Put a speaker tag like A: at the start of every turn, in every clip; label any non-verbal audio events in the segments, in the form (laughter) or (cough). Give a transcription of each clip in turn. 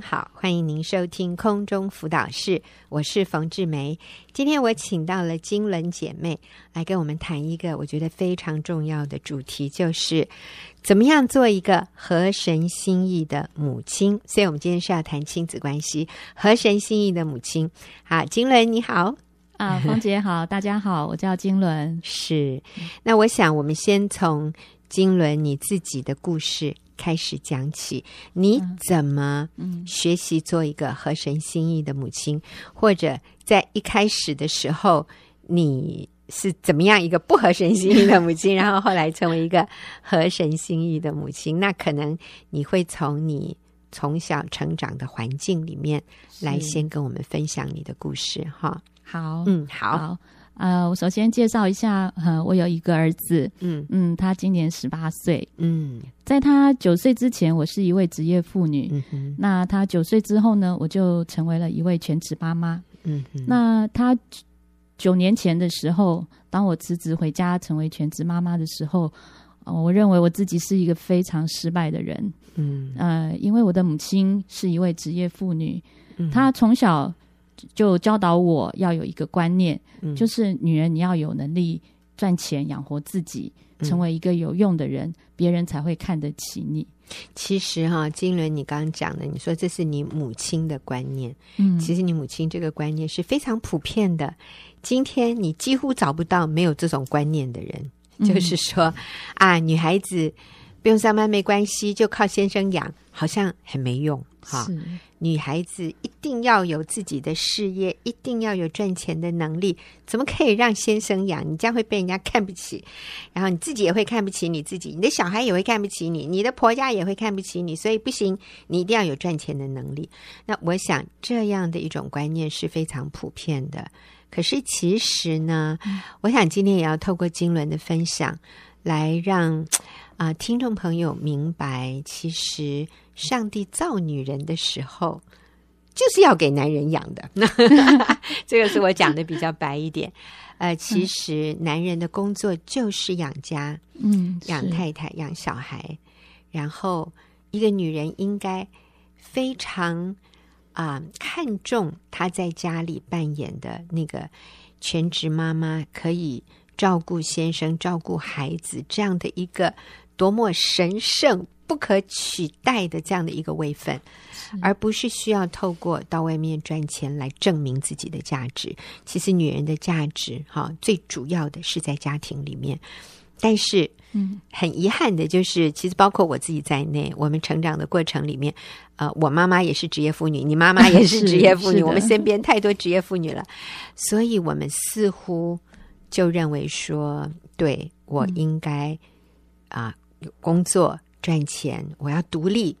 A: 好，欢迎您收听空中辅导室，我是冯志梅。今天我请到了金轮姐妹来跟我们谈一个我觉得非常重要的主题，就是怎么样做一个合神心意的母亲。所以，我们今天是要谈亲子关系，合神心意的母亲。好，金轮你好。 (laughs)
B: 啊，芳姐好，大家好，我叫金轮。
A: 是，那我想我们先从金轮你自己的故事开始讲起，你怎么
B: 嗯
A: 学习做一个合神心意的母亲，或者在一开始的时候你是怎么样一个不合神心意的母亲， (laughs) 然后后来成为一个合神心意的母亲？那可能你会从你。从小成长的环境里面来，
B: 是
A: 先跟我们分享你的故事哈。
B: 好，
A: 嗯，好，
B: 好，呃，我首先介绍一下，呃，我有一个儿子，
A: 嗯
B: 嗯，他今年十八岁，
A: 嗯
B: 在他九岁之前，我是一位职业妇女。
A: 嗯哼
B: 那他九岁之后呢，我就成为了一位全职妈妈。
A: 嗯哼，
B: 那他九年前的时候，当我辞职回家成为全职妈妈的时候，呃我认为我自己是一个非常失败的人。
A: 嗯
B: 呃，因为我的母亲是一位职业妇女，
A: 嗯
B: 她从小就教导我要有一个观念，
A: 嗯
B: 就是女人你要有能力赚钱养活自己，
A: 嗯
B: 成为一个有用的人，别人才会看得起你。
A: 其实哈，金轮，你刚刚讲的，你说这是你母亲的观念，
B: 嗯，
A: 其实你母亲这个观念是非常普遍的。今天你几乎找不到没有这种观念的人，
B: 嗯
A: 就是说啊，女孩子不用上班没关系，就靠先生养，好像很没用哈。
B: 是
A: 女孩子一定要有自己的事业，一定要有赚钱的能力，怎么可以让先生养？你这样会被人家看不起，然后你自己也会看不起你自己，你的小孩也会看不起你，你的婆家也会看不起你，所以不行，你一定要有赚钱的能力。那我想这样的一种观念是非常普遍的。可是其实呢，我想今天也要透过金轮的分享，来让啊、听众朋友明白，其实上帝造女人的时候，就是要给男人养的。 (laughs) 这个是我讲的比较白一点。呃，其实男人的工作就是养家、
B: 嗯，
A: 养
B: 是
A: 太太、养小孩，然后一个女人应该非常啊、看重她在家里扮演的那个全职妈妈，可以照顾先生、照顾孩子这样的一个多么神圣、不可取代的这样的一个位分，而不是需要透过到外面赚钱来证明自己的价值。其实，女人的价值哈，最主要的是在家庭里面，但是。
B: 嗯
A: 很遗憾的就是，其实包括我自己在内，我们成长的过程里面，呃，我妈妈也是职业妇女，你妈妈也是
B: 是
A: 职业妇
B: 是
A: 女，
B: 的
A: 我们身边太多职业妇女了，所以我们似乎就认为说，对我应该啊、工作赚钱，我要独立，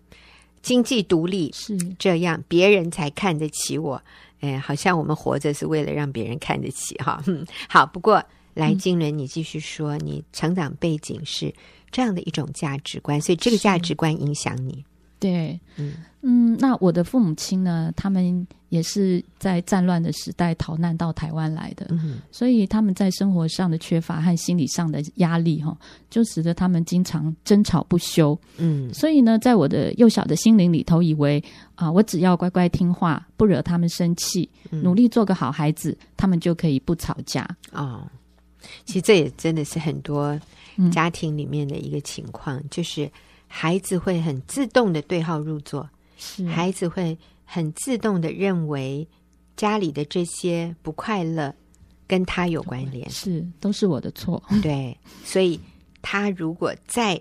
A: 经济独立，
B: 是
A: 这样别人才看得起我。哎，好像我们活着是为了让别人看得起哈。 (laughs) 嗯好，不过来金轮，你继续说，你成长背景是这样的一种价值观，所以这个价值观影响你。
B: 对，
A: 嗯
B: 嗯，那我的父母亲呢，他们也是在战乱的时代逃难到台湾来的，
A: 嗯
B: 所以他们在生活上的缺乏和心理上的压力，哈，就使得他们经常争吵不休。
A: 嗯
B: 所以呢，在我的幼小的心灵里头，以为啊、我只要乖乖听话，不惹他们生气，
A: 嗯
B: 努力做个好孩子，他们就可以不吵架。
A: 哦，其实这也真的是很多
B: 嗯
A: 家庭里面的一个情况，就是孩子会很自动的对号入座，
B: 是
A: 孩子会很自动的认为家里的这些不快乐跟他有关联。
B: 是，都是我的错。
A: 对，所以他如果再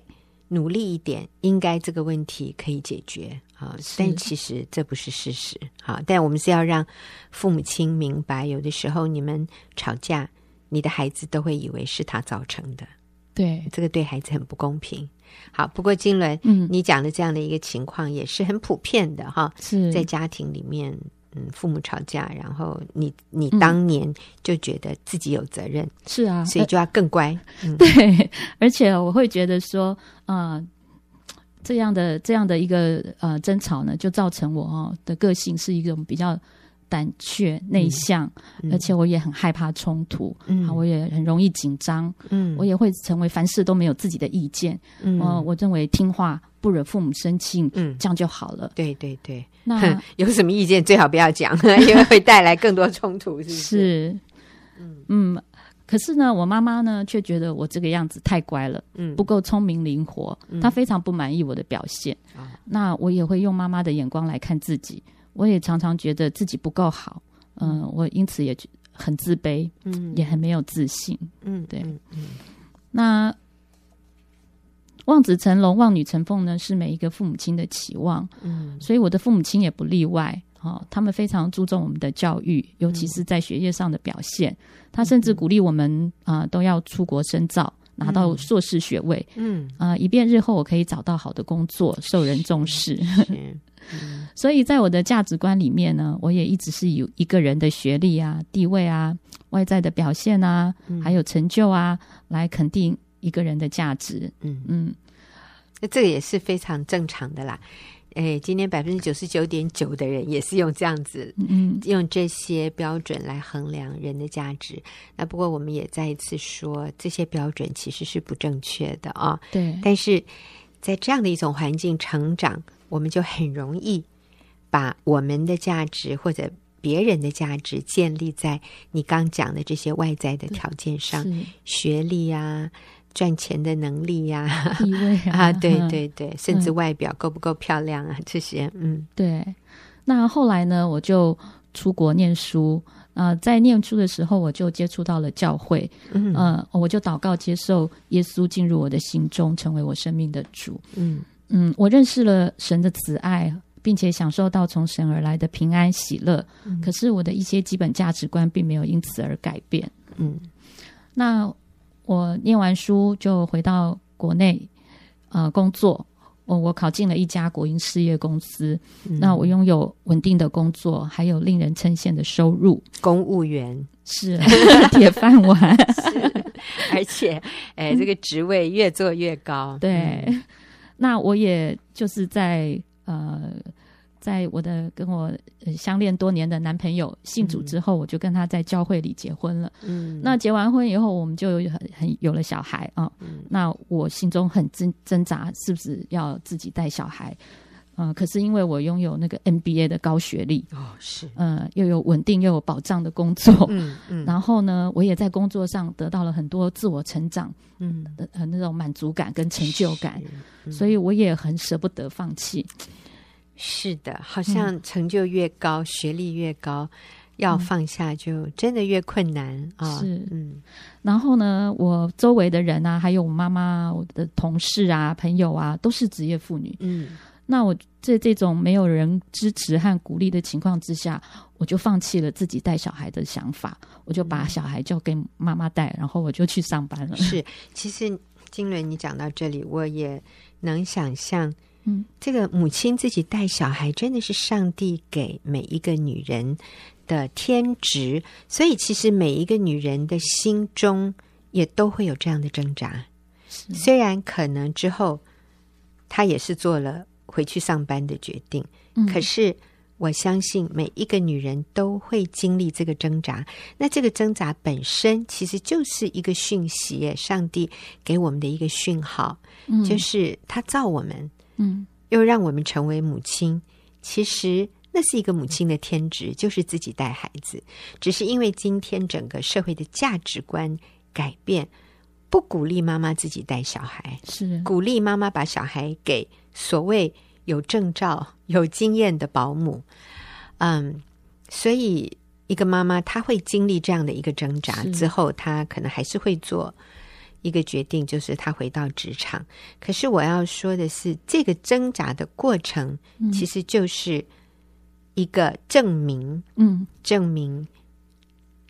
A: 努力一点，应该这个问题可以解决啊。
B: 是
A: 但其实这不是事实啊。但我们是要让父母亲明白，有的时候你们吵架，你的孩子都会以为是他造成的，
B: 对，
A: 这个对孩子很不公平。好，不过金轮，
B: 嗯，
A: 你讲的这样的一个情况也是很普遍的哈，
B: 是
A: 在家庭里面。嗯，父母吵架，然后你你当年就觉得自己有责任，
B: 是嗯啊，
A: 所以就要更乖。
B: 对， (laughs) 而且我会觉得说，呃，这样的这样的一个呃争吵呢，就造成我哦的个性是一种比较胆怯、
A: 嗯
B: 内向，而且我也很害怕冲突，啊，我也很容易紧张，
A: 嗯
B: 我也会成为凡事都没有自己的意见。
A: 嗯
B: 呃，我认为听话不惹父母生气，
A: 嗯
B: 这样就好了。
A: 对对对，
B: 那
A: (laughs) 有什么意见最好不要讲， (laughs) 因为会带来更多冲突，是不是？
B: 是，嗯，可是呢，我妈妈呢却觉得我这个样子太乖了，
A: 嗯
B: 不够聪明灵活，她非常不满意我的表现。
A: 啊
B: 那我也会用妈妈的眼光来看自己，我也常常觉得自己不够好，嗯、我因此也很自卑，
A: 嗯
B: 也很没有自信。
A: 嗯，
B: 对
A: 嗯
B: 那望子成龙、望女成凤呢，是每一个父母亲的期望，
A: 嗯
B: 所以我的父母亲也不例外。哦，他们非常注重我们的教育，尤其是在学业上的表现。他甚至鼓励我们啊、都要出国深造，拿到硕士学位 (laughs)
A: 嗯，
B: 啊、以便日后我可以找到好的工作，受人重视。
A: 是嗯
B: 所以在我的价值观里面呢，我也一直是以一个人的学历啊、地位啊、外在的表现啊，
A: 嗯
B: 还有成就啊，来肯定一个人的价值。
A: 嗯
B: 嗯，
A: 那这个也是非常正常的啦。哎，今天百分之九十九点九的人也是用这样子
B: 嗯
A: 用这些标准来衡量人的价值。那不过我们也再一次说，这些标准其实是不正确的啊、
B: 对，
A: 但是在这样的一种环境成长，我们就很容易把我们的价值或者别人的价值建立在你刚讲的这些外在的条件上，
B: 是
A: 学历啊、赚钱的能力呀、
B: (laughs)
A: (laughs) 啊。
B: 地位
A: 对
B: 嗯
A: 对对，甚至外表够不够漂亮啊，这些，嗯
B: 对。那后来呢，我就出国念书。啊，在念书的时候，我就接触到了教会，
A: 嗯
B: 呃，我就祷告接受耶稣进入我的心中，成为我生命的主。
A: 嗯
B: 嗯，我认识了神的慈爱，并且享受到从神而来的平安喜乐。
A: 嗯
B: 可是我的一些基本价值观并没有因此而改变。
A: 嗯，
B: 那我念完书就回到国内，呃，工作。我我考进了一家国营事业公司，
A: 嗯
B: 那我拥有稳定的工作，还有令人称羡的收入，
A: 公务员， (laughs)
B: 是 (laughs) 铁饭碗。
A: 而且，哎，这个职位越做越高，
B: (laughs) 嗯对，嗯那我也就是在呃，在我的跟我呃相恋多年的男朋友信主之后，我就跟他在教会里结婚了。
A: 嗯，
B: 那结完婚以后，我们就有很很有了小孩啊、
A: 嗯
B: 那我心中很挣挣扎，是不是要自己带小孩？呃，可是因为我拥有那个 MBA 的高学历，
A: 嗯，哦，是，
B: 呃，又有稳定又有保障的工作，
A: 嗯嗯
B: 然后呢，我也在工作上得到了很多自我成长
A: 嗯，
B: 的呃那种满足感跟成就感。
A: 是嗯
B: 所以我也很舍不得放弃。
A: 是的，好像成就越高，学历越高，要放下就真的越困难啊。
B: 是
A: 嗯
B: 然后呢，我周围的人啊，还有我妈妈、我的同事啊、朋友啊，都是职业妇女。
A: 嗯
B: 那我在这种没有人支持和鼓励的情况之下，我就放弃了自己带小孩的想法，我就把小孩交给妈妈带，然后我就去上班了。
A: 是。其实金伦，你讲到这里，我也能想象，
B: 嗯，
A: 这个母亲自己带小孩，真的是上帝给每一个女人的天职，所以其实每一个女人的心中也都会有这样的挣扎。
B: 是
A: 虽然可能之后他也是做了回去上班的决定，
B: 嗯
A: 可是我相信每一个女人都会经历这个挣扎。那这个挣扎本身其实就是一个讯息耶，上帝给我们的一个讯号，
B: 嗯
A: 就是他造我们，
B: 嗯
A: 又让我们成为母亲，其实那是一个母亲的天职，就是自己带孩子。只是因为今天整个社会的价值观改变，不鼓励妈妈自己带小孩，
B: 是
A: 鼓励妈妈把小孩给所谓有证照、有经验的保姆。嗯，所以一个妈妈她会经历这样的一个挣扎
B: 是
A: 之后，她可能还是会做一个决定，就是她回到职场。可是我要说的是，这个挣扎的过程
B: 嗯
A: 其实就是一个证明。
B: 嗯
A: 证明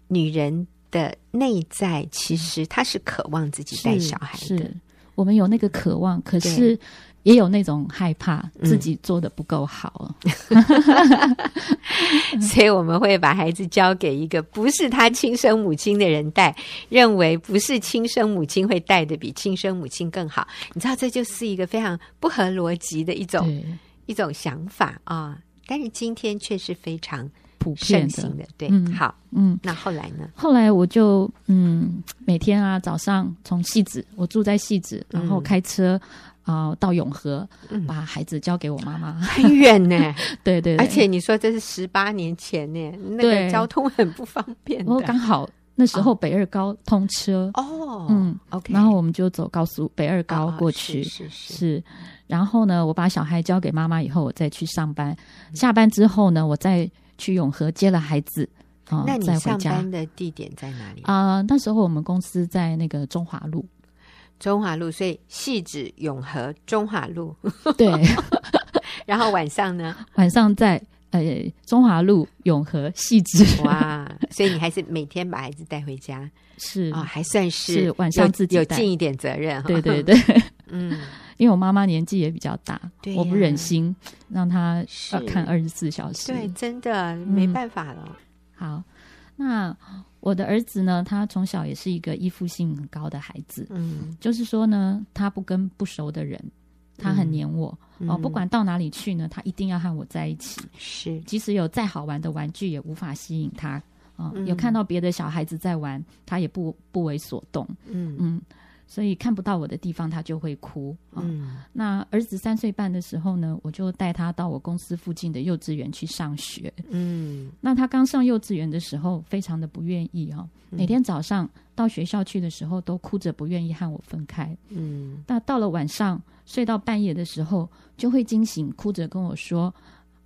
A: 女人的内在其实她是渴望自己带小孩
B: 嗯是
A: 的，
B: 是我们有那个渴望，可是也有那种害怕
A: 嗯
B: 自己做的不够好。
A: (laughs) 所以我们会把孩子交给一个不是她亲生母亲的人带，认为不是亲生母亲会带的比亲生母亲更好。你知道，这就是一个非常不合逻辑的一种
B: 对。
A: 一种想法啊、但是今天却是非常
B: 普
A: 盛
B: 遍的
A: 行。的，对，
B: 嗯
A: 好，
B: 嗯，
A: 那后来呢？ (laughs)
B: 后来我就嗯，每天啊早上从戏子，我住在戏子，然后
A: 嗯
B: 开车啊、到永和，
A: 嗯
B: 把孩子交给我妈妈。 (laughs)
A: 很远呢，
B: 对对对，
A: 而且你说这是十八年前呢，那个
B: 对
A: 交通很不方便
B: 我
A: 的。
B: 刚好那时候北二高通车，
A: 哦，
B: 嗯
A: ，OK，
B: 然后我们就走高速北二高
A: 哦哦
B: 过去。
A: 是是是，
B: 是，然后呢，我把小孩交给妈妈以后，我再去上班。下班之后呢，我再去永和接了孩子，啊、
A: 那你
B: 再回
A: 上
B: 家。
A: 班的地点在哪里？
B: 啊、那时候我们公司在那个中华
A: (laughs)
B: 路，
A: 中华路，所以汐止、永和、中华路， (laughs)
B: 对，
A: 然后晚上
B: (laughs)
A: 呢？
B: 晚上在呃中华路永和细致
A: 哇，所以你还是每天把孩子带回家
B: (laughs) 是
A: 哦，还算是
B: 嗯是晚上
A: 有
B: 自己
A: 有
B: 带
A: 尽一点责任哈。
B: 对对， (laughs) 对，
A: (laughs) 嗯，
B: 因为我妈妈年纪也比较大，
A: 对
B: 我不
A: 呀
B: 忍心让她
A: 是
B: 呃看二嗯十四小时。
A: 对，真的没办法了。
B: 好，那我的儿子呢，他从小也是一个依附性很高的孩子，
A: 嗯，
B: 就是说呢，他不跟不熟的人，他很
A: 嗯
B: 黏我、哦，
A: 嗯
B: 不管到哪里去呢，他一定要和我在一起，
A: 是
B: 即使有再好玩的玩具，也无法吸引他。啊、
A: 嗯
B: 有看到别的小孩子在玩，他也不不为所动。
A: 嗯
B: 嗯，所以看不到我的地方，他就会哭。啊
A: 嗯
B: 那儿子三岁半的时候呢，我就带他到我公司附近的幼稚园去上学。
A: 嗯
B: 那他刚上幼稚园的时候，非常的不愿意哈、哦，
A: 嗯
B: 每天早上到学校去的时候，都哭着不愿意和我分开。
A: 嗯
B: 那到了晚上睡到半夜的时候，就会惊醒，哭着跟我说：“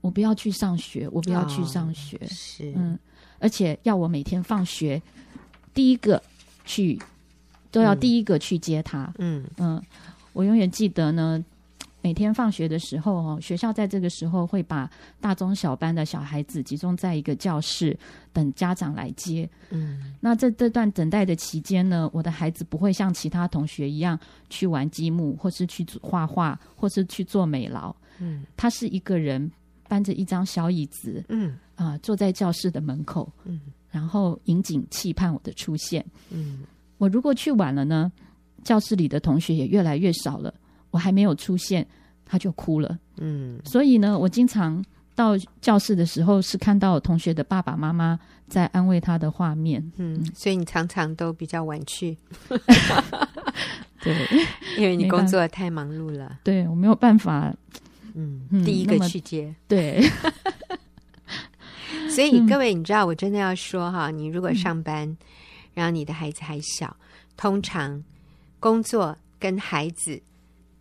B: 我不要去上学，我不要去上学。
A: 啊是
B: 嗯，而且要我每天放学第一个去，都要
A: 嗯
B: 第一个去接他。
A: 嗯
B: 嗯，我永远记得呢，每天放学的时候哦，学校在这个时候会把大中小班的小孩子集中在一个教室，等家长来接。
A: 嗯
B: 那在这段等待的期间呢，我的孩子不会像其他同学一样去玩积木，或是去画画，或是去做美劳。
A: 嗯
B: 他是一个人搬着一张小椅子
A: 嗯
B: 啊、坐在教室的门口，
A: 嗯
B: 然后引颈期盼我的出现。
A: 嗯
B: 我如果去晚了呢，教室里的同学也越来越少了，我还没有出现，他就哭了。
A: 嗯
B: 所以呢，我经常到教室的时候是看到同学的爸爸妈妈在安慰他的画面。
A: 嗯，所以你常常都比较晚去，
B: 对， (laughs)
A: 因为你
B: 没办
A: 工作太忙碌了。
B: 对我没有办法，
A: 嗯，
B: 嗯
A: 第一个
B: 那么
A: 去接。
B: 对， (laughs)
A: 所
B: 嗯
A: 以各位，你知道，我真的要说哈，你如果上班，然后你的孩子还小，通常工作跟孩子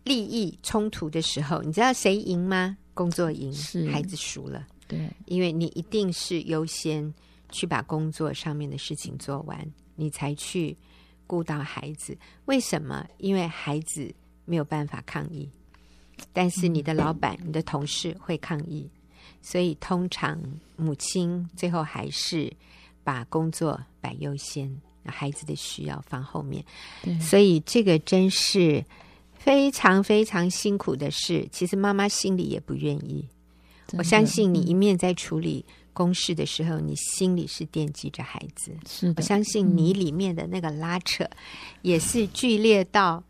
A: 利益冲突的时候，你知道谁赢吗？工作赢
B: 是，
A: 孩子输了，
B: 对，
A: 因为你一定是优先去把工作上面的事情做完，你才去顾到孩子。为什么？因为孩子没有办法抗议，但是你的老板、你的同事会抗议，所以通常母亲最后还是把工作摆优先，孩子的需要放后面。
B: 对，
A: 所以这个真是非常非常辛苦的事。其实妈妈心里也不愿意。我
B: 真的
A: 相信你一面在处理公事的时候，你心里是惦记着孩子。
B: 是
A: 我
B: 的，
A: 相信
B: 嗯
A: 你里面的那个拉扯，也是剧烈到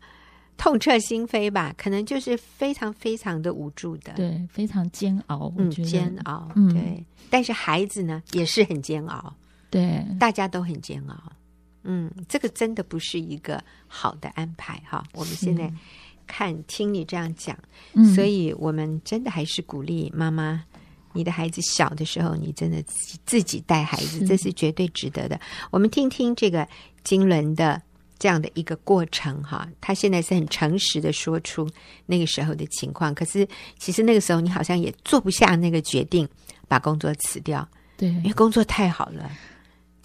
A: 痛彻心扉吧？可能就是非常非常的无助的，
B: 对，非常煎熬，我
A: 嗯，
B: 觉得，
A: 煎熬，
B: 嗯
A: 对。但是孩子呢，也是很煎熬，
B: 对，
A: 大家都很煎熬。嗯，这个真的不是一个好的安排哈。我们现在看听你这样讲，
B: 嗯，
A: 所以我们真的还是鼓励妈妈，你的孩子小的时候，你真的自己自己带孩子，
B: 是
A: 这是绝对值得的。我们听听这个金轮的这样的一个过程哈，他现在是很诚实的说出那个时候的情况，可是其实那个时候你好像也做不下那个决定，把工作辞掉，
B: 对
A: (laughs) 因为，工作太好了。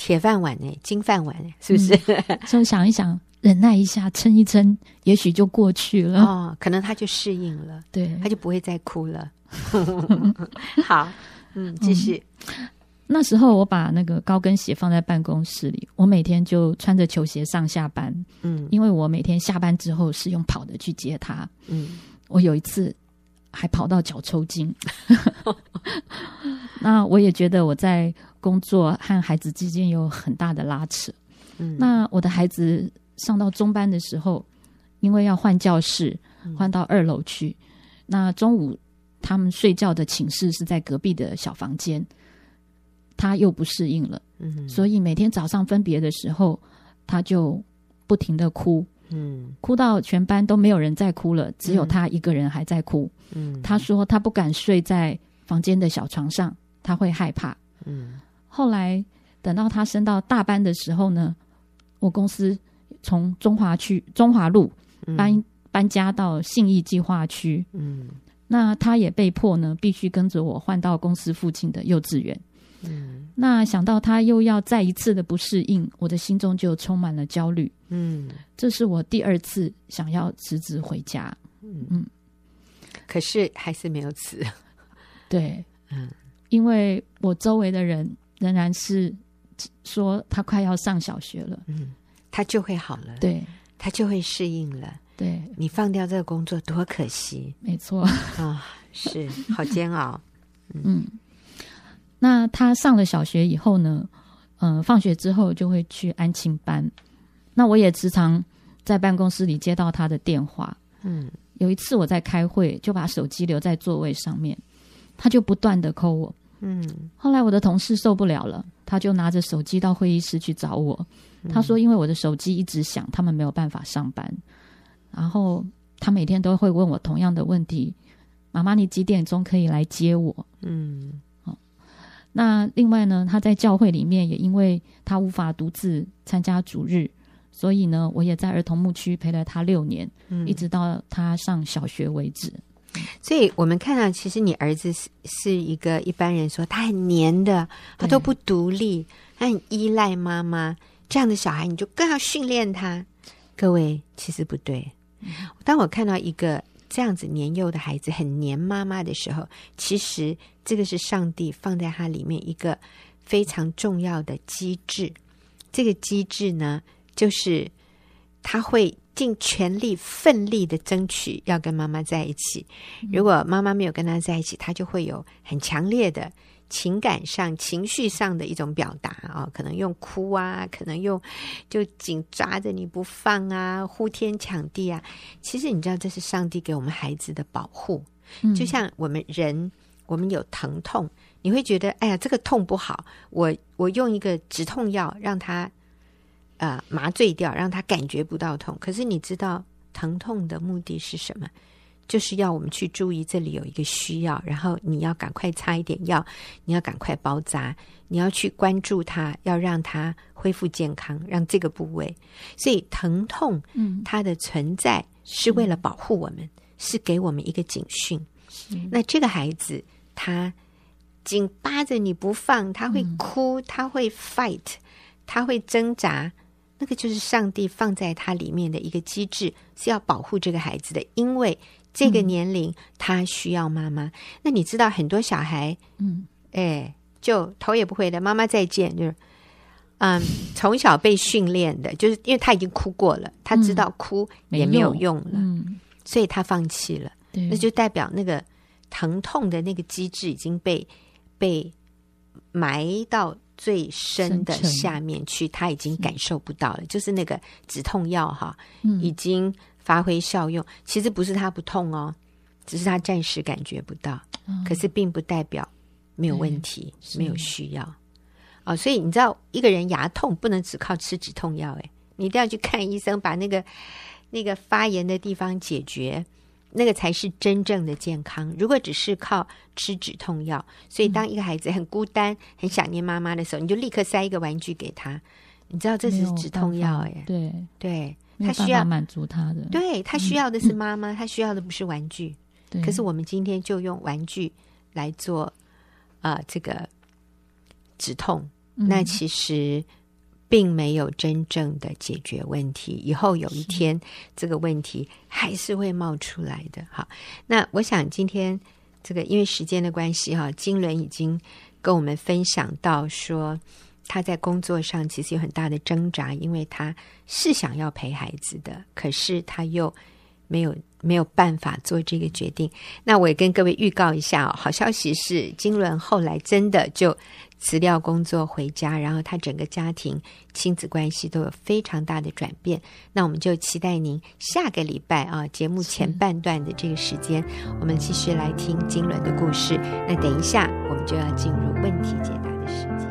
A: 铁饭碗呢，金饭碗呢，是不是？
B: 就想一想，忍耐一下，撑一撑，也许就过去
A: (laughs)
B: 了。
A: 哦，可能他就适应了，
B: 对，
A: 他就不会再哭了。 (laughs) 好，嗯，继续。
B: 那时候我把那个高跟鞋放在办公室里，我每天就穿着球鞋上下班，
A: 嗯
B: 因为我每天下班之后是用跑的去接他。
A: 嗯
B: 我有一次还跑到脚抽筋。 (laughs) 那我也觉得我在工作和孩子之间有很大的拉扯。
A: 嗯，
B: 那我的孩子上到中班的时候，因为要换教室，
A: 嗯
B: 换到二楼去。那中午他们睡觉的寝室是在隔壁的小房间。他又不适应了，
A: 嗯
B: 所以每天早上分别的时候，他就不停的哭，
A: 嗯
B: 哭到全班都没有人在哭了，只有
A: 嗯
B: 他一个人还在哭。
A: 嗯，
B: 他说他不敢睡在房间的小床上，他会害怕。
A: 嗯
B: 后来等到他升到大班的时候呢，我公司从中华区中华路
A: 嗯
B: 搬、搬家到信义计划区，
A: 嗯
B: 那他也被迫呢必须跟着我换到公司附近的幼稚园。
A: 嗯
B: 那想到他又要再一次的不适应，我的心中就充满了焦虑。
A: 嗯
B: 这是我第二次想要辞职回家。
A: 嗯
B: 嗯，
A: 可是还是没有辞，
B: 对，
A: 嗯
B: 因为我周围的人仍然是说他快要上小学了。
A: 嗯，他就会好了，
B: 对
A: 他就会适应了。
B: 对，
A: 你放掉这个工作多可 (laughs) 惜
B: 没错。
A: 啊！是好煎熬。
B: 嗯，那他上了小学以后呢，嗯、放学之后就会去安亲班。那我也时常在办公室里接到他的电话。
A: 嗯
B: 有一次我在开会，就把手机留在座位上面，他就不断的扣我。
A: 嗯，
B: 后来我的同事受不了了，他就拿着手机到会议室去找我。
A: 嗯
B: 他说，因为我的手机一直响，他们没有办法上班。然后他每天都会问我同样的问题：“妈妈，你几点钟可以来接我？”
A: 嗯
B: 那另外呢，他在教会里面也因为他无法独自参加主日，所以呢，我也在儿童牧区陪了他六年，
A: 嗯
B: 一直到他上小学为止。
A: 所以我们看到，其实你儿子是是一个一般人说他很黏的，他
B: 对
A: 都不独立，他很依赖妈妈这样的小孩，你就更要训练他。各位，其实不对。当我看到一个这样子年幼的孩子很黏妈妈的时候，其实这个是上帝放在他里面一个非常重要的机制。这个机制呢，就是他会尽全力、奋力的争取要跟妈妈在一起。如果妈妈没有跟他在一起，他就会有很强烈的情感上、情绪上的一种表达啊、可能用哭啊，可能用就紧抓着你不放啊，呼天抢地啊。其实你知道，这是上帝给我们孩子的保护。
B: 嗯
A: 就像我们人，我们有疼痛，你会觉得哎呀，这个痛不好，我我用一个止痛药让它呃麻醉掉，让它感觉不到痛。可是你知道疼痛的目的是什么？就是要我们去注意这里有一个需要，然后你要赶快擦一点药，你要赶快包扎，你要去关注它，要让它恢复健康，让这个部位。所以疼痛
B: 嗯
A: 它的存在是为了保护我们，是给我们一个警讯。那这个孩子他紧扒着你不放，他会哭，他会 fight，他会挣扎。那个就是上帝放在他里面的一个机制，是要保护这个孩子的，因为这个年龄他需要妈妈。那你知道很多小孩，
B: 嗯
A: 哎，就头也不回的，妈妈再见，就是，嗯，从小被训练的，就是因为他已经哭过了，他知道哭也嗯没有用嗯了，
B: 嗯，
A: 所以他放弃了。
B: 对，
A: 那就代表那个疼痛的那个机制已经被被埋到最深的
B: 深层
A: 下面去，他已经感受不到了。就是那个止痛药哈，
B: 嗯
A: 已经发挥效用。其实不是他不痛哦，只是他暂时感觉不到，
B: 嗯
A: 可是并不代表没有问题，
B: 是
A: 没有需要。哦，所以你知道，一个人牙痛不能只靠吃止痛药，哎，你一定要去看医生，把那个那个发炎的地方解决，那个才是真正的健康。如果只是靠吃止痛药，所以当一个孩子很孤单、很想念妈妈的时候，你就立刻塞一个玩具给他，你知道这
B: 没
A: 是
B: 有
A: 止痛药，
B: 办法
A: 哎，
B: 对，
A: 对
B: 没
A: 他
B: 有办
A: 需
B: 法
A: 要，
B: 满足他的，
A: 对他需要的是妈妈，他需要的不是玩具。
B: 对，
A: 可是我们今天就用玩具来做呃这个止痛，
B: 嗯
A: 那其实并没有真正的解决问题。以后有一天，这个问题还是会冒出来的。好，那我想今天这个因为时间的关系哈，金轮已经跟我们分享到说。他在工作上其实有很大的挣扎，因为他是想要陪孩子的，可是他又没有没有办法做这个决定。那我也跟各位预告一下哦，好消息是金伦后来真的就辞掉工作回家，然后他整个家庭亲子关系都有非常大的转变。那我们就期待您下个礼拜啊，节目前半段的这个时间，我们继续来听金伦的故事。那等一下我们就要进入问题解答的时间。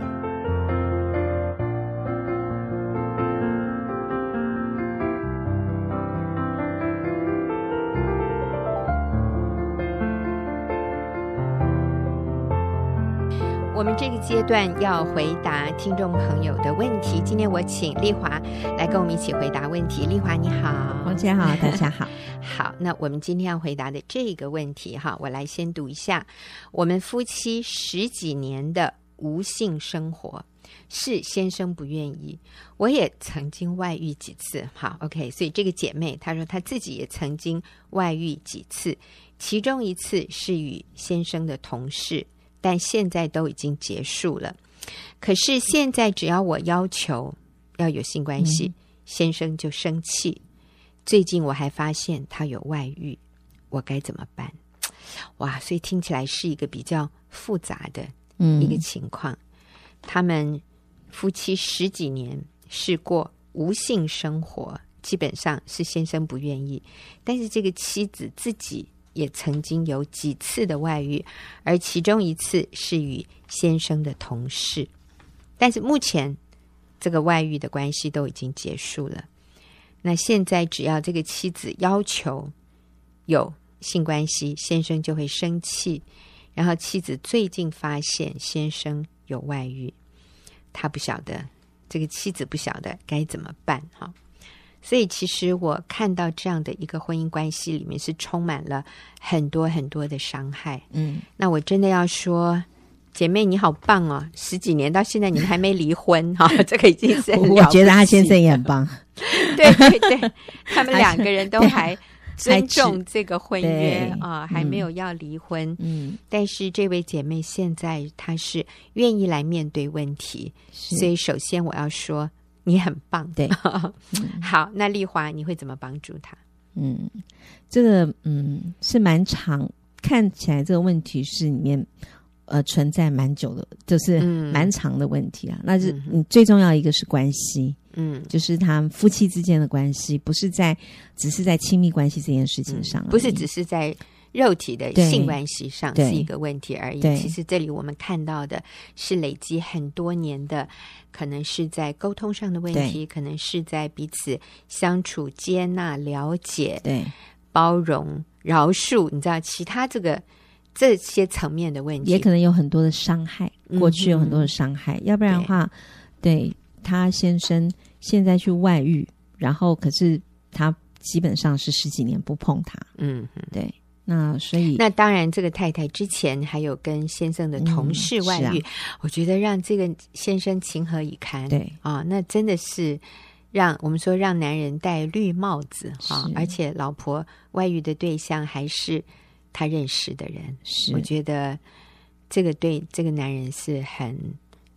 A: 我们这个阶段要回答听众朋友的问题。今天我请丽华来跟我们一起回答问题。丽华，你好，
C: 王姐好，大家好。
A: (laughs) 好，那我们今天要回答的这个问题哈，我来先读一下。我们夫妻十几年的无性生活，是先生不愿意，我也曾经外遇几次。好，OK，所以这个姐妹她说她自己也曾经外遇几次，其中一次是与先生的同事，但现在都已经结束了。可是现在只要我要求要有性关系，先生就生气。最近我还发现他有外遇，我该怎么办？哇，所以听起来是一个比较复杂的
C: 嗯
A: 一个情况。他们夫妻十几年是过无性生活，基本上是先生不愿意，但是这个妻子自己也曾经有几次的外遇，而其中一次是与先生的同事，但是目前这个外遇的关系都已经结束了。那现在只要这个妻子要求有性关系，先生就会生气。然后妻子最近发现先生有外遇，他不晓得，这个妻子不晓得该怎么办哈。所以其实我看到这样的一个婚姻关系里面是充满了很多很多的伤害。
C: 嗯，
A: 那我真的要说，姐妹你好棒哦！十几年到现在你们还没离婚
C: (laughs)
A: 哈、这个已经是很
C: 我
A: 了
C: 我
A: 不
C: 觉得他
A: 起
C: 先生也很棒，
A: (laughs) 对对对，他们两个
C: (laughs)
A: 人都还尊重这个婚约
C: 对
A: 啊，还没
C: 嗯
A: 有要离婚。
C: 嗯，
A: 但是这位姐妹现在她是愿意来面对问题，所
C: 是
A: 以首先我要说你很棒。 (laughs)
C: 对
A: 好，那丽华你会怎么帮助她？
C: 嗯，这个嗯是蛮长，看起来这个问题是里面呃存在蛮久的，就是
A: 嗯
C: 蛮长的问题啊。那是
A: 嗯哼
C: 你最重要一个是关系，
A: 嗯，
C: 就是他们夫妻之间的关系，不是在只是在亲密关系这件事情上而啊已，
A: 嗯不是只是在。肉体的
C: 对
A: 性关系上
C: 对
A: 是一个问题而已。
C: 对
A: 其实这里我们看到的是累积很多年的，可能是在沟通上的问题，可能是在彼此相处、接纳、了解，
C: 对
A: 包容、饶恕，你知道其他这个这些层面的问题，
C: 也可能有很多的伤害，
A: 嗯
C: 过去有很多的伤害，要不然的话，对他先生现在去外遇，然后可是他基本上是十几年不碰他，
A: 嗯，
C: 对，那所以
A: 那当然，这个太太之前还有跟先生的同事外遇，
C: 嗯是
A: 我觉得让这个先生情何以堪？
C: 对
A: 啊，那真的是让我们说让男人戴绿帽子啊
C: 是，
A: 而且老婆外遇的对象还是他认识的人，
C: 是
A: 我觉得这个对这个男人是很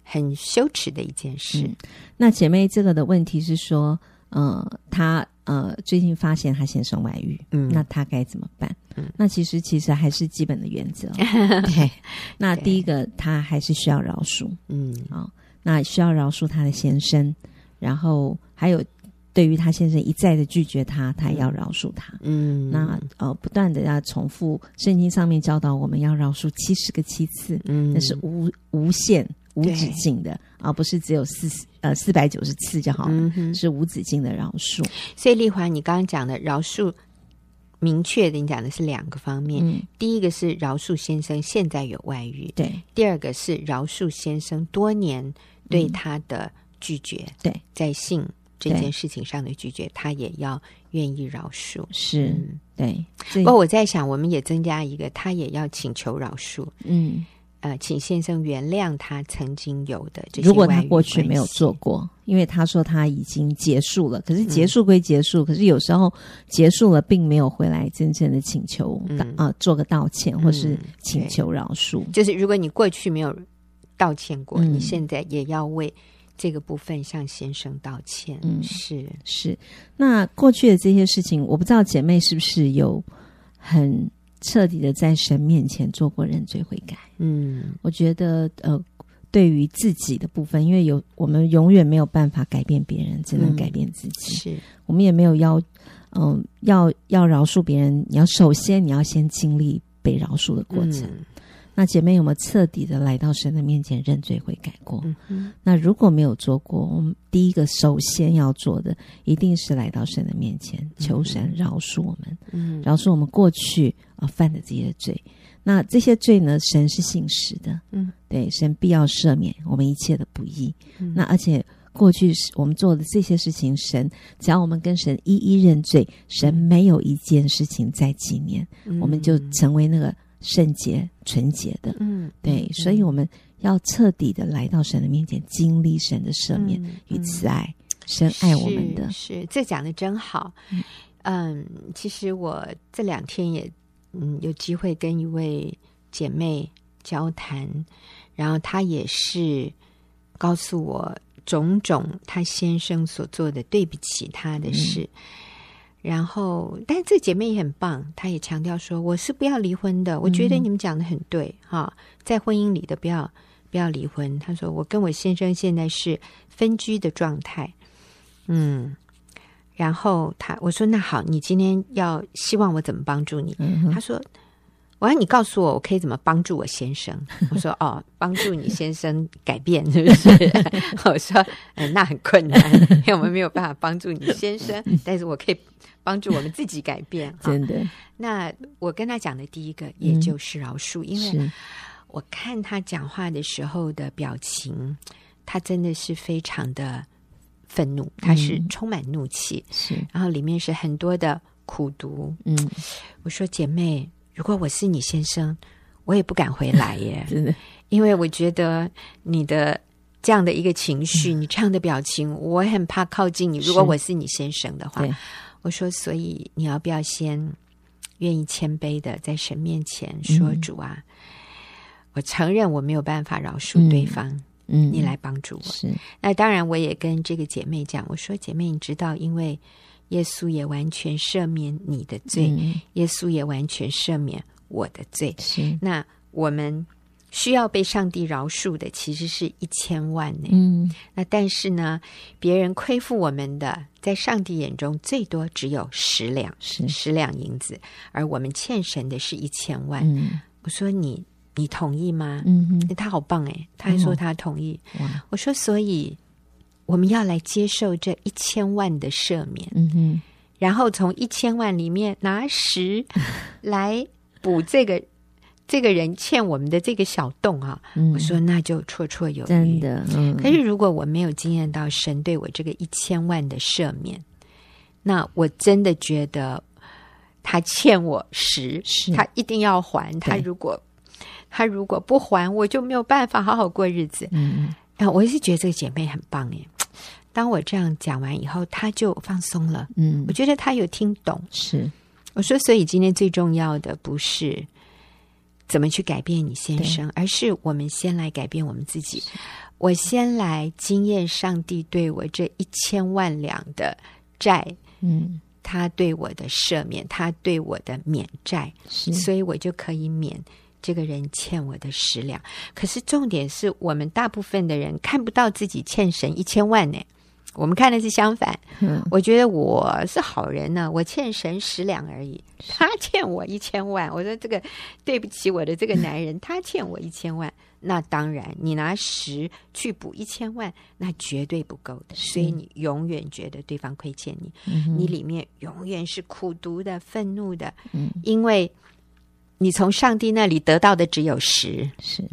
A: 很羞耻的一件事。
C: 嗯那姐妹这个的问题是说，呃，她呃最近发现她先生外遇，
A: 嗯
C: 那她该怎么办？
A: 嗯
C: 那其实其实还是基本的原
A: (laughs)
C: 则，对。那
A: 对
C: 第一个，她还是需要饶恕，
A: 嗯
C: 那需要饶恕她的先生，然后还有对于她先生一再的拒绝她，她也要饶恕他。
A: 嗯，
C: 那呃，不断的要重复圣经上面教导我们要饶恕七十个七次，
A: 嗯
C: 那是无无限无
A: 对
C: 止境的，而不是只有四十呃四百九十次就好了。
A: 嗯哼
C: 是无止境的饶恕。
A: 所以丽华，你刚刚讲的饶恕，明确的你讲的是两个方面，
C: 嗯，
A: 第一个是饶恕先生现在有外遇，
C: 对
A: 第二个是饶恕先生多年对他的拒绝，
C: 对，
A: 在性这
C: 对
A: 件事情上的拒绝，他也要愿意饶恕。
C: 是，
A: 嗯，
C: 对，这
A: 不过我在想，我们也增加一个，他也要请求饶恕，
C: 嗯，
A: 呃，请先生原谅他曾经有的这些
C: 如果
A: 外
C: 他
A: 遇
C: 过去
A: 关
C: 没有
A: 系
C: 做，过，因为他说他已经结束了，可是
A: 嗯
C: 结束归结束，可是有时候结束了并没有回来真正的请求
A: 嗯
C: 啊、呃做个道歉或是
A: 嗯
C: 请求饶恕，
A: 就是如果你过去没有道歉过，
C: 嗯
A: 你现在也要为这个部分向先生道歉。
C: 嗯
A: 是，
C: 是，那过去的这些事情，我不知道姐妹是不是有很彻底的在神面前做过认罪悔改。
A: 嗯
C: 我觉得，呃，对于自己的部分，因为有我们永远没有办法改变别人，只能
A: 嗯
C: 改变自己。
A: 是，
C: 我们也没有要，嗯、要要饶恕别人，你要首先你要先经历被饶恕的过程。
A: 嗯
C: 那姐妹有没有彻底的来到神的面前认罪悔改过？
A: 嗯哼
C: 那如果没有做过，我们第一个首先要做的，一定是来到神的面前，求神饶恕我们，
A: 嗯
C: 饶恕我们过去啊、呃犯的这些罪。那这些罪呢，神是信实的，
A: 嗯，
C: 对，神必要赦免我们一切的不义。
A: 嗯
C: 那而且过去是我们做的这些事情，神只要我们跟神一一认罪，神没有一件事情再纪念，我们就成为那个圣洁纯洁的。
A: 嗯
C: 对，所以我们要彻底的来到神的面前，经历神的赦免
A: 嗯
C: 与
A: 嗯
C: 慈爱，神爱我们的。
A: 是是这讲的真好。嗯，其实我这两天也嗯有机会跟一位姐妹交谈，然后她也是告诉我种种她先生所做的对不起她的事。
C: 嗯
A: 然后，但是这姐妹也很棒，她也强调说，我是不要离婚的。我觉
C: 嗯
A: 得你们讲的很对哈、在婚姻里的不要不要离婚。她说，我跟我先生现在是分居的状态，嗯，然后他我说那好，你今天要希望我怎么帮助你？
C: 嗯哼
A: 他说我要你告诉我，我可以怎么帮助我先生？ (laughs) 我说哦，帮助你先生改变是 (laughs) 不是？我说、呃、那很困难，因为我们没有办法帮助你先
C: (laughs)
A: 生，但是我可以帮助我们自己改变。哈
C: 嗯真嗯的
A: 那我跟他讲的第一个，也就是饶恕，因为
C: 是，
A: 我看他讲话的时候的表情，他真的是非常的愤怒，他是充满怒气，
C: 是，
A: 然后里面是很多的苦毒。
C: 嗯，
A: 我说姐妹，如果我是你先生，我也不敢回来耶，
C: 真的，
A: 因为我觉得你的。这样的一个情绪，
C: 嗯
A: 你这样的表情，我很怕靠近你。如果
C: 是
A: 我是你先生的话
C: 对，
A: 我说，所以你要不要先愿意谦卑的在神面前说：“
C: 嗯
A: 主啊，我承认我没有办法饶恕对方，
C: 嗯，
A: 你来帮助我。
C: 是，
A: 那当然，我也跟这个姐妹讲，我说：“姐妹，你知道，因为耶稣也完全赦免你的罪，
C: 嗯，
A: 耶稣也完全赦免我的罪。
C: 是，
A: 那我们需要被上帝饶恕的，其实是一千万呢。
C: 嗯，
A: 那但是呢，别人亏负我们的，在上帝眼中最多只有十两。”
C: 是，
A: 十两银子，而我们欠神的是一千万。
C: 嗯，
A: 我说你你同意吗？
C: 嗯哼，嗯
A: 他好棒哎，他还说他同意。
C: 哇，
A: 我说所以我们要来接受这一千万的赦免，
C: 嗯哼，
A: 然后从一千万里面拿十 (laughs) 来补这个这个人欠我们的这个小洞啊。
C: 嗯
A: 我，说那就绰绰有余。
C: 真的，嗯，
A: 可是如果我没有经验到神对我这个一千万的赦免，那我真的觉得他欠我十，
C: 是
A: 他一定要还。他如果他如果不还，我就没有办法好好过日子。
C: 嗯，
A: 啊，我是觉得这个姐妹很棒耶。当我这样讲完以后，她就放松了。
C: 嗯，
A: 我觉得她有听懂。
C: 是，
A: 我说，所以今天最重要的不是怎么去改变你先生，而是我们先来改变我们自己。我先来经验上帝对我这一千万两的债，
C: 嗯，
A: 他对我的赦免，他对我的免债，
C: 是，
A: 所以我就可以免。这个人欠我的十两，可是重点是我们大部分的人看不到自己欠神一千万呢，我们看的是相反，
C: 嗯，
A: 我觉得我是好人呢、我欠神十两而已，他欠我一千万。我说这个对不起我的这个男
C: (laughs)
A: 人，他欠我一千万。那当然，你拿十去补一千万，那绝对不够的。所以你永远觉得对方亏欠你，
C: 嗯哼
A: 你里面永远是苦毒的、愤怒的，
C: 嗯
A: 因为你从上帝那里得到的只有十，
C: 是，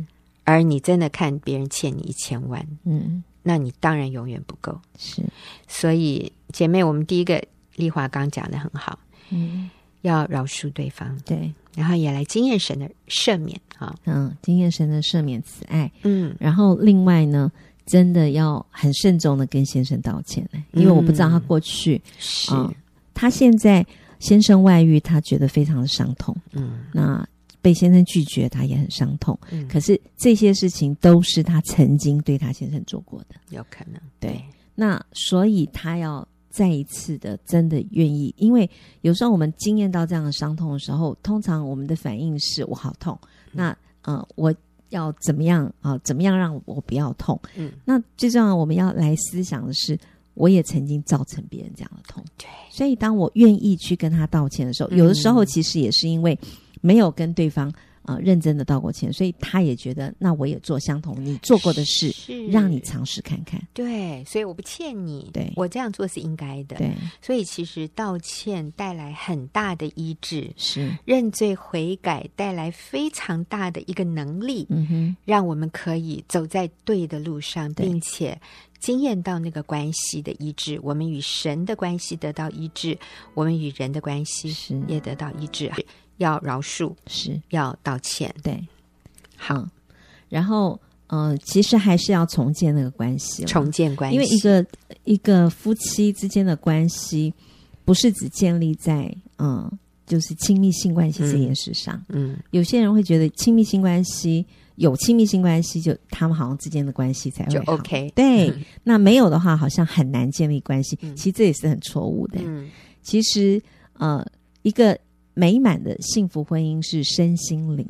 A: 而你真的看别人欠你一千万，
C: 嗯，
A: 那你当然永远不够。
C: 是，
A: 所以姐妹，我们第一个丽华刚讲的很好，
C: 嗯，
A: 要饶恕对方，
C: 对，
A: 然后也来经验神的赦免啊。
C: 嗯，经验神的赦免慈爱。
A: 嗯
C: 然后另外呢，真的要很慎重的跟先生道歉呢，因为我不知道他过去，
A: 是
C: 啊他现在先生外遇，他觉得非常的伤痛。
A: 嗯
C: 那被先生拒绝，他也很伤痛。
A: 嗯
C: 可是这些事情都是他曾经对他先生做过的。
A: 有可能，
C: 对，那所以他要再一次的真的愿意，因为有时候我们经验到这样的伤痛的时候，通常我们的反应是我好痛，
A: 嗯
C: 那呃我。要怎么样啊、怎么样让我不要痛？
A: 嗯，
C: 那最重要，我们要来思想的是，我也曾经造成别人这样的痛，
A: 对，
C: 所以当我愿意去跟他道歉的时候，有的时
A: 嗯
C: 候
A: 嗯
C: 其实也是因为没有跟对方啊、呃认真的道过歉，所以他也觉得，那我也做相同你做过的事，
A: 是
C: 让你尝试看看。
A: 对，所以我不欠你，
C: 对
A: 我这样做是应该的。
C: 对，
A: 所以其实道歉带来很大的医治，
C: 是，
A: 认罪悔改带来非常大的一个能力，
C: 嗯哼，
A: 让我们可以走在对的路上，
C: 对
A: 并且经验到那个关系的医治。我们与神的关系得到医治，我们与人的关系
C: 是
A: 也得到医治。要饶恕，
C: 是，
A: 要道歉。
C: 对。
A: 好，
C: 然后，嗯、其实还是要重建那个关系啦，
A: 重建关系，
C: 因为一个一个夫妻之间的关系，不是只建立在嗯、就是亲密性关系这件事上。
A: 嗯，
C: 有些人会觉得亲密性关系有亲密性关系，就他们好像之间的关系才会
A: 就
C: 好
A: OK
C: 对，
A: 嗯
C: 那没有的话，好像很难建立关系。
A: 嗯
C: 其实这也是很错误的。
A: 嗯
C: 其实，呃，一个美满的幸福婚姻是身心灵。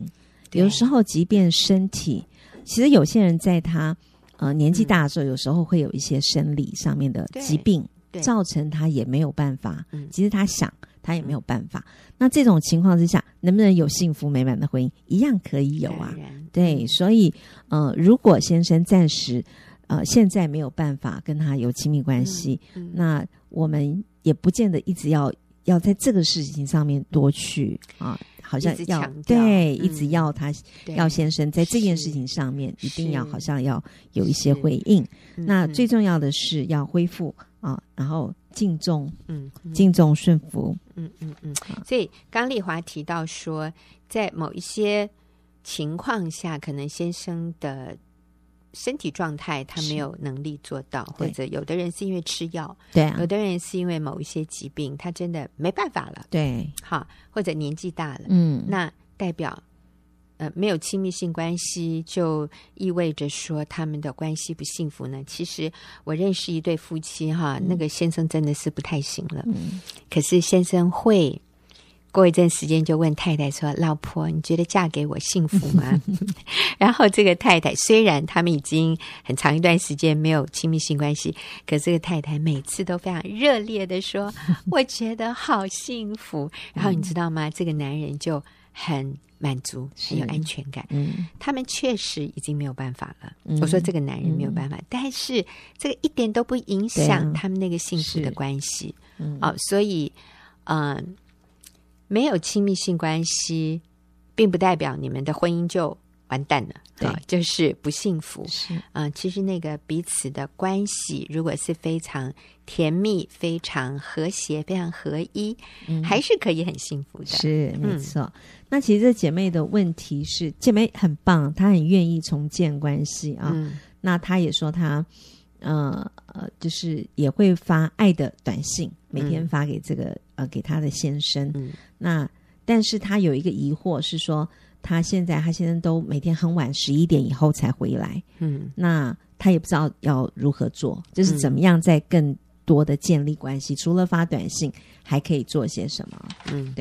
A: 对
C: 有时候，即便身体，其实有些人在他呃年纪大的时候，有时候会有一些生理上面的
A: 嗯对
C: 疾病
A: 对，
C: 造成他也没有办法
A: 嗯。
C: 即使他想，他也没有办法。那这种情况之下，能不能有幸福美满的婚姻，一样可以有啊
A: 当。然
C: 对，所以呃，如果先生暂时呃现在没有办法跟他有亲密关系，
A: 嗯
C: 那我们也不见得一直要要在这个事情上面多去啊，好像
A: 一直
C: 要
A: 强调
C: 对，
A: 嗯
C: 一直要他、
A: 对
C: 要先生在这件
A: 是
C: 事情上面一定要
A: 是
C: 好像要有一些
A: 是
C: 回应。
A: 嗯
C: 那
A: 嗯
C: 最重要的是要恢复啊，然后敬重、
A: 嗯嗯
C: 敬重、顺服，
A: 嗯嗯嗯，所以刚丽华提到说，在某一些情况下，可能先生的身体状态他
C: 是
A: 没有能力做到，或
C: 对
A: 者有的人是因为吃药，
C: 对啊
A: 有，的人是因为某一些疾病，他真的没办法了，
C: 对，
A: 哈，或者年纪大了，
C: 嗯，
A: 那代表。呃，没有亲密性关系，就意味着说他们的关系不幸福呢。其实我认识一对夫妻哈，那个先生真的是不太行了，
C: 嗯
A: 可是先生会过一阵时间就问太太说：“老婆，你觉得嫁给我幸福吗？”然后这个太太虽然他们已经很长一段时间没有亲密性关系，可这个太太每次都非常热烈的说：“我觉得好幸福。”然后你知道吗？这个男人就很满足，
C: 是
A: 很有安全感。
C: 嗯，
A: 他们确实已经没有办法了。
C: 嗯
A: 我说这个男人没有办法，但是这个一点都不影
C: 对
A: 响
C: 啊
A: 他们那个幸福的
C: 是
A: 关系。
C: 嗯
A: 哦，所以，嗯、没有亲密性关系，并不代表你们的婚姻就完蛋了，
C: 对
A: 啊就是不幸福。
C: 是
A: 啊、其实那个彼此的关系，如果是非常甜蜜、非常和谐、非常合一，
C: 嗯
A: 还是可以很幸福的。
C: 是没
A: 嗯
C: 错。那其实这姐妹的问题是，姐妹很棒，她很愿意重建关系啊。
A: 嗯，
C: 那她也说她，呃呃，就是也会发爱的短信，每天发给这个、呃给她的先生。
A: 嗯
C: 那但是她有一个疑惑是说，她现在她先生都每天很晚十一点以后才回来，
A: 嗯
C: 那她也不知道要如何做，就是
A: 嗯
C: 怎么样在更多的建立关系，除了发短信，还可以做些什么？
A: 嗯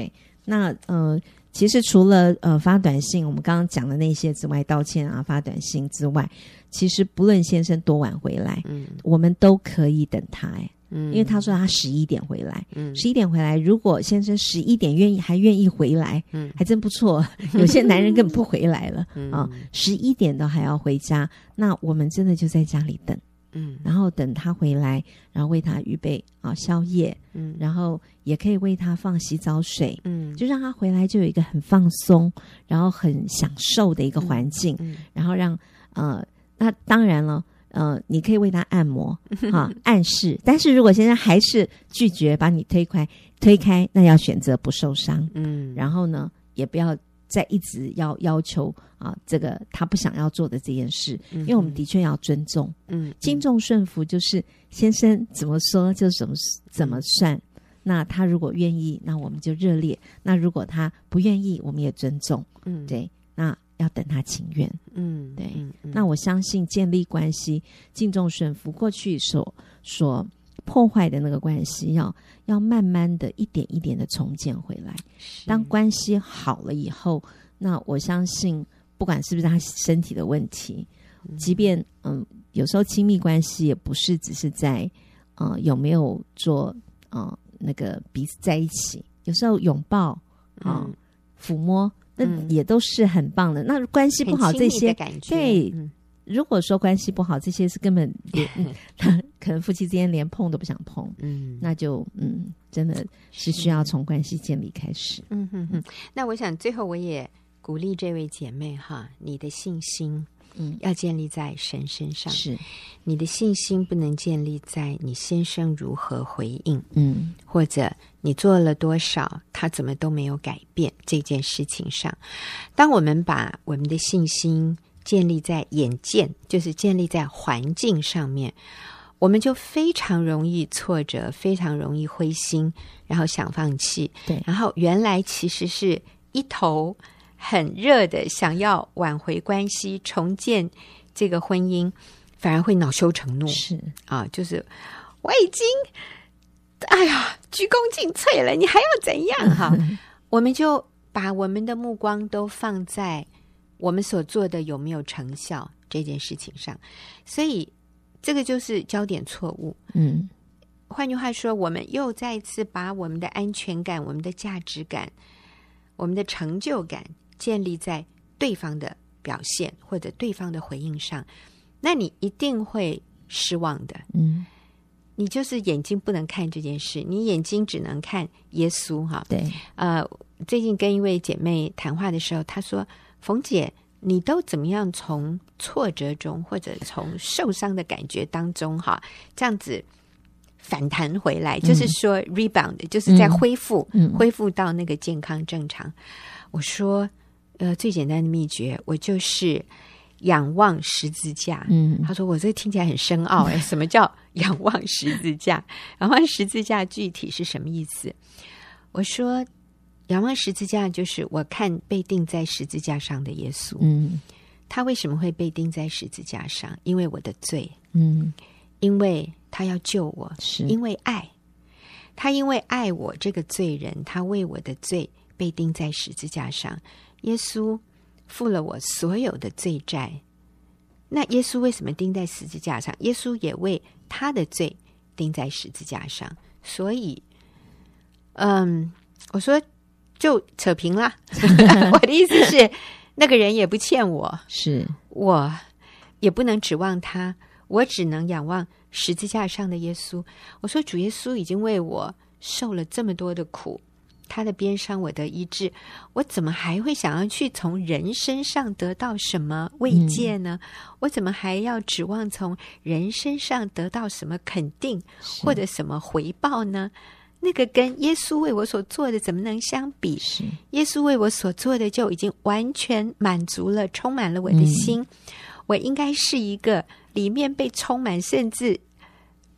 C: 那呃，其实除了呃发短信，我们刚刚讲的那些之外，道歉啊、发短信之外，其实不论先生多晚回来，
A: 嗯
C: 我们都可以等他、哎，
A: 嗯，
C: 因为他说他十一点回来，
A: 嗯
C: 十一点回来，如果先生十一点愿意还愿意回来，
A: 嗯
C: 还真不错。 (laughs) 有些男人根本不回来了，
A: 嗯
C: 啊十一点都还要回家，那我们真的就在家里等，
A: 嗯
C: 然后等他回来，然后为他预备啊宵夜，
A: 嗯
C: 然后也可以为他放洗澡水，
A: 嗯
C: 就让他回来就有一个很放松，然后很享受的一个环境，
A: 嗯
C: 然后让呃，那当然了。呃，你可以为他
A: (laughs)
C: 按摩啊，暗示。但是如果先生还是拒绝把你推开，推开，那要选择不受伤。
A: 嗯，
C: 然后呢，也不要再一直要要求啊，这个他不想要做的这件事，
A: 因
C: 因为我们的确要尊重。
A: 嗯
C: 敬重顺服就是先生怎么说就怎么怎么算，那他如果愿意，那我们就热烈；那如果他不愿意，我们也尊重。
A: 嗯，
C: 对，那要等他情愿。
A: 嗯，
C: 对
A: 嗯，嗯
C: 那我相信建立关系、敬重顺服，过去所所破坏的那个关系，要要慢慢的一点一点的重建回来。
A: 是
C: 当关系好了以后，那我相信，不管是不是他身体的问题，即便嗯，有时候亲密关系也不是只是在呃有没有做呃那个彼此在一起，有时候拥抱啊、
A: 嗯
C: 抚摸，那
A: 嗯
C: 也都是很棒的。那关系不
A: 很
C: 好
A: 亲
C: 这
A: 密的
C: 些，
A: 感觉，
C: 对
A: 嗯
C: 如果说关系不好，这些是
A: (laughs)
C: 根本连、 (laughs) 嗯可能夫妻之间连碰都不想碰，
A: 嗯，
C: 那就嗯，真的是需要从关系建立开始。
A: 嗯哼哼，那我想最后我也鼓励这位姐妹哈，你的信心
C: 嗯，
A: 要建立在神身上，
C: 是，
A: 你的信心不能建立在你先生如何回应，
C: 嗯
A: 或者你做了多少，他怎么都没有改变这件事情上。当我们把我们的信心建立在眼见，就是建立在环境上面，我们就非常容易挫折，非常容易灰心，然后想放弃。
C: 对
A: 然后原来其实是一头很热的，想要挽回关系、重建这个婚姻，反而会恼羞成怒。
C: 是，
A: 啊，就是我已经，哎呀，鞠躬尽瘁了，你还要怎样哈？我们就把我们的目光都放在我们所做的有没有成效这件事情上，所以这个就是焦点错误。
C: 嗯
A: 换句话说，我们又再一次把我们的安全感、我们的价值感、我们的成就感建立在对方的表现或者对方的回应上，那你一定会失望的。
C: 嗯，
A: 你就是眼睛不能看这件事，你眼睛只能看耶稣哈。
C: 对，
A: 呃，最近跟一位姐妹谈话的时候，她说：“冯姐，你都怎么样从挫折中或者从受伤的感觉当中哈，这样子反弹回来，就是说 rebound，、就是在恢复，
C: 嗯
A: 恢复到那个健康正常。”我说：“呃，最简单的秘诀，我就是仰望十字架。”
C: 嗯
A: 他说：“我这听起来很深奥哎，什么叫仰望十字架？仰望十字架具体是什么意思？”我说：“仰望十字架就是我看被钉在十字架上的耶稣，
C: 嗯
A: 他为什么会被钉在十字架上？因为我的罪，
C: 嗯，
A: 因为他要救我，
C: 是，
A: 因为爱，他因为爱我这个罪人，他为我的罪被钉在十字架上。耶稣付了我所有的罪债。那耶稣为什么钉在十字架上？耶稣也为他的罪钉在十字架上。所以，嗯，我说就扯平啦。 (laughs) 我的意思是，那个人也不欠我。
C: 是，
A: 我也不能指望他，我只能仰望十字架上的耶稣。我说，主耶稣已经为我受了这么多的苦，他的鞭伤我得医治，我怎么还会想要去从人身上得到什么慰藉呢？我怎么还要指望从人身上得到什么肯定
C: 是
A: 或者什么回报呢？那个跟耶稣为我所做的怎么能相比？
C: 是，
A: 耶稣为我所做的就已经完全满足了，充满了我的心。我应该是一个里面被充满，甚至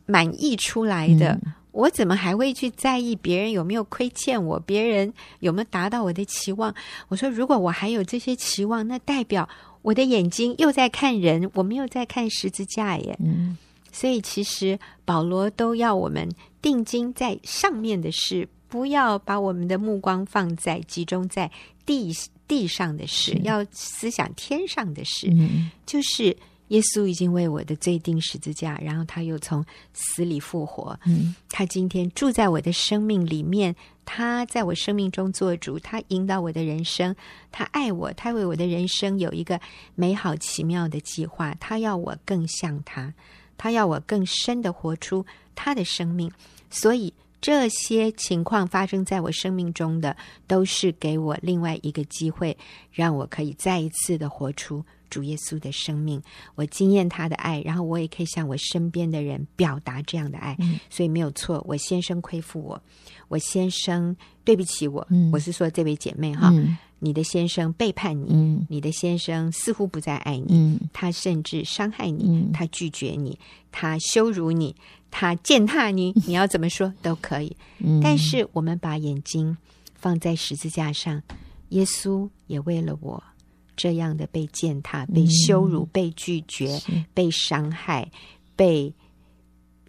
A: 满溢出来的。我怎么还会去在意别人有没有亏欠我，别人有没有达到我的期望？我说，如果我还有这些期望，那代表我的眼睛又在看人，我没有在看十字架耶。
C: 嗯
A: 所以其实保罗都要我们定睛在上面的事，不要把我们的目光放在集中在地地上的事，要思想天上的事。
C: 嗯
A: 就是耶稣已经为我的罪定十字架，然后他又从死里复活，
C: 嗯
A: 他今天住在我的生命里面，他在我生命中做主，他引导我的人生，他爱我，他为我的人生有一个美好奇妙的计划，他要我更像他，他要我更深的活出他的生命，所以。这些情况发生在我生命中的，都是给我另外一个机会，让我可以再一次的活出主耶稣的生命。我经验他的爱，然后我也可以向我身边的人表达这样的爱。
C: 嗯
A: 所以没有错，我先生亏负我，我先生对不起我，
C: 嗯
A: 我是说这位姐妹哈，
C: 嗯
A: 你的先生背叛你，
C: 嗯
A: 你的先生似乎不再爱你，
C: 嗯
A: 他甚至伤害你，
C: 嗯
A: 他拒绝你，他羞辱你，他践踏你，你要怎么说都可以。
C: 嗯
A: 但是我们把眼睛放在十字架上，耶稣也为了我这样的被践踏、被羞辱、被拒绝、
C: 嗯是
A: 被伤害、被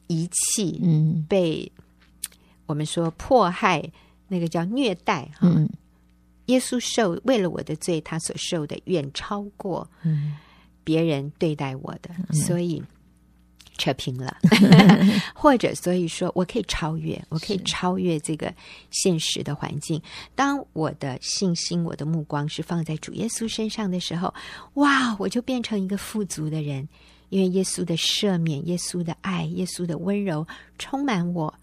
A: 遗弃、
C: 嗯
A: 被我们说迫害，那个叫虐待哈。
C: 嗯
A: 耶稣受为了我的罪，他所受的远超过
C: 嗯
A: 别人对待我的，所以扯平了，或者所以说我可以超越，我可以超越这个现实的环境。当我的信心、我的目光是放在主耶稣身上的时候，哇，我就变成一个富足的人，因为耶稣的赦免、耶稣的爱、耶稣的温柔充满我，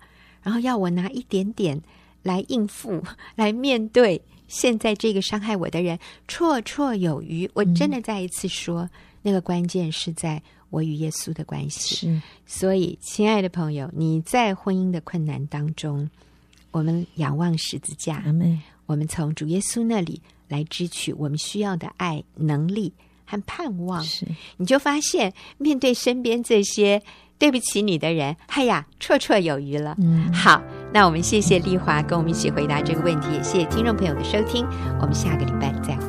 A: 然后要我拿一点点来应付、 (laughs) 来面对现在这个伤害我的人，绰绰有余。我真的再一次说，那个关键是在我与耶稣的关系。
C: 是
A: 所以，亲爱的朋友，你在婚姻的困难当中，我们仰望十字架，
C: 阿妹，
A: 我们从主耶稣那里来支取我们需要的爱、能力和盼望。
C: 是
A: 你就发现，面对身边这些对不起你的人，哎呀，绰绰有余了。
C: 嗯
A: 好，那我们谢谢丽华跟我们一起回答这个问题，也谢谢听众朋友的收听，我们下个礼拜再会。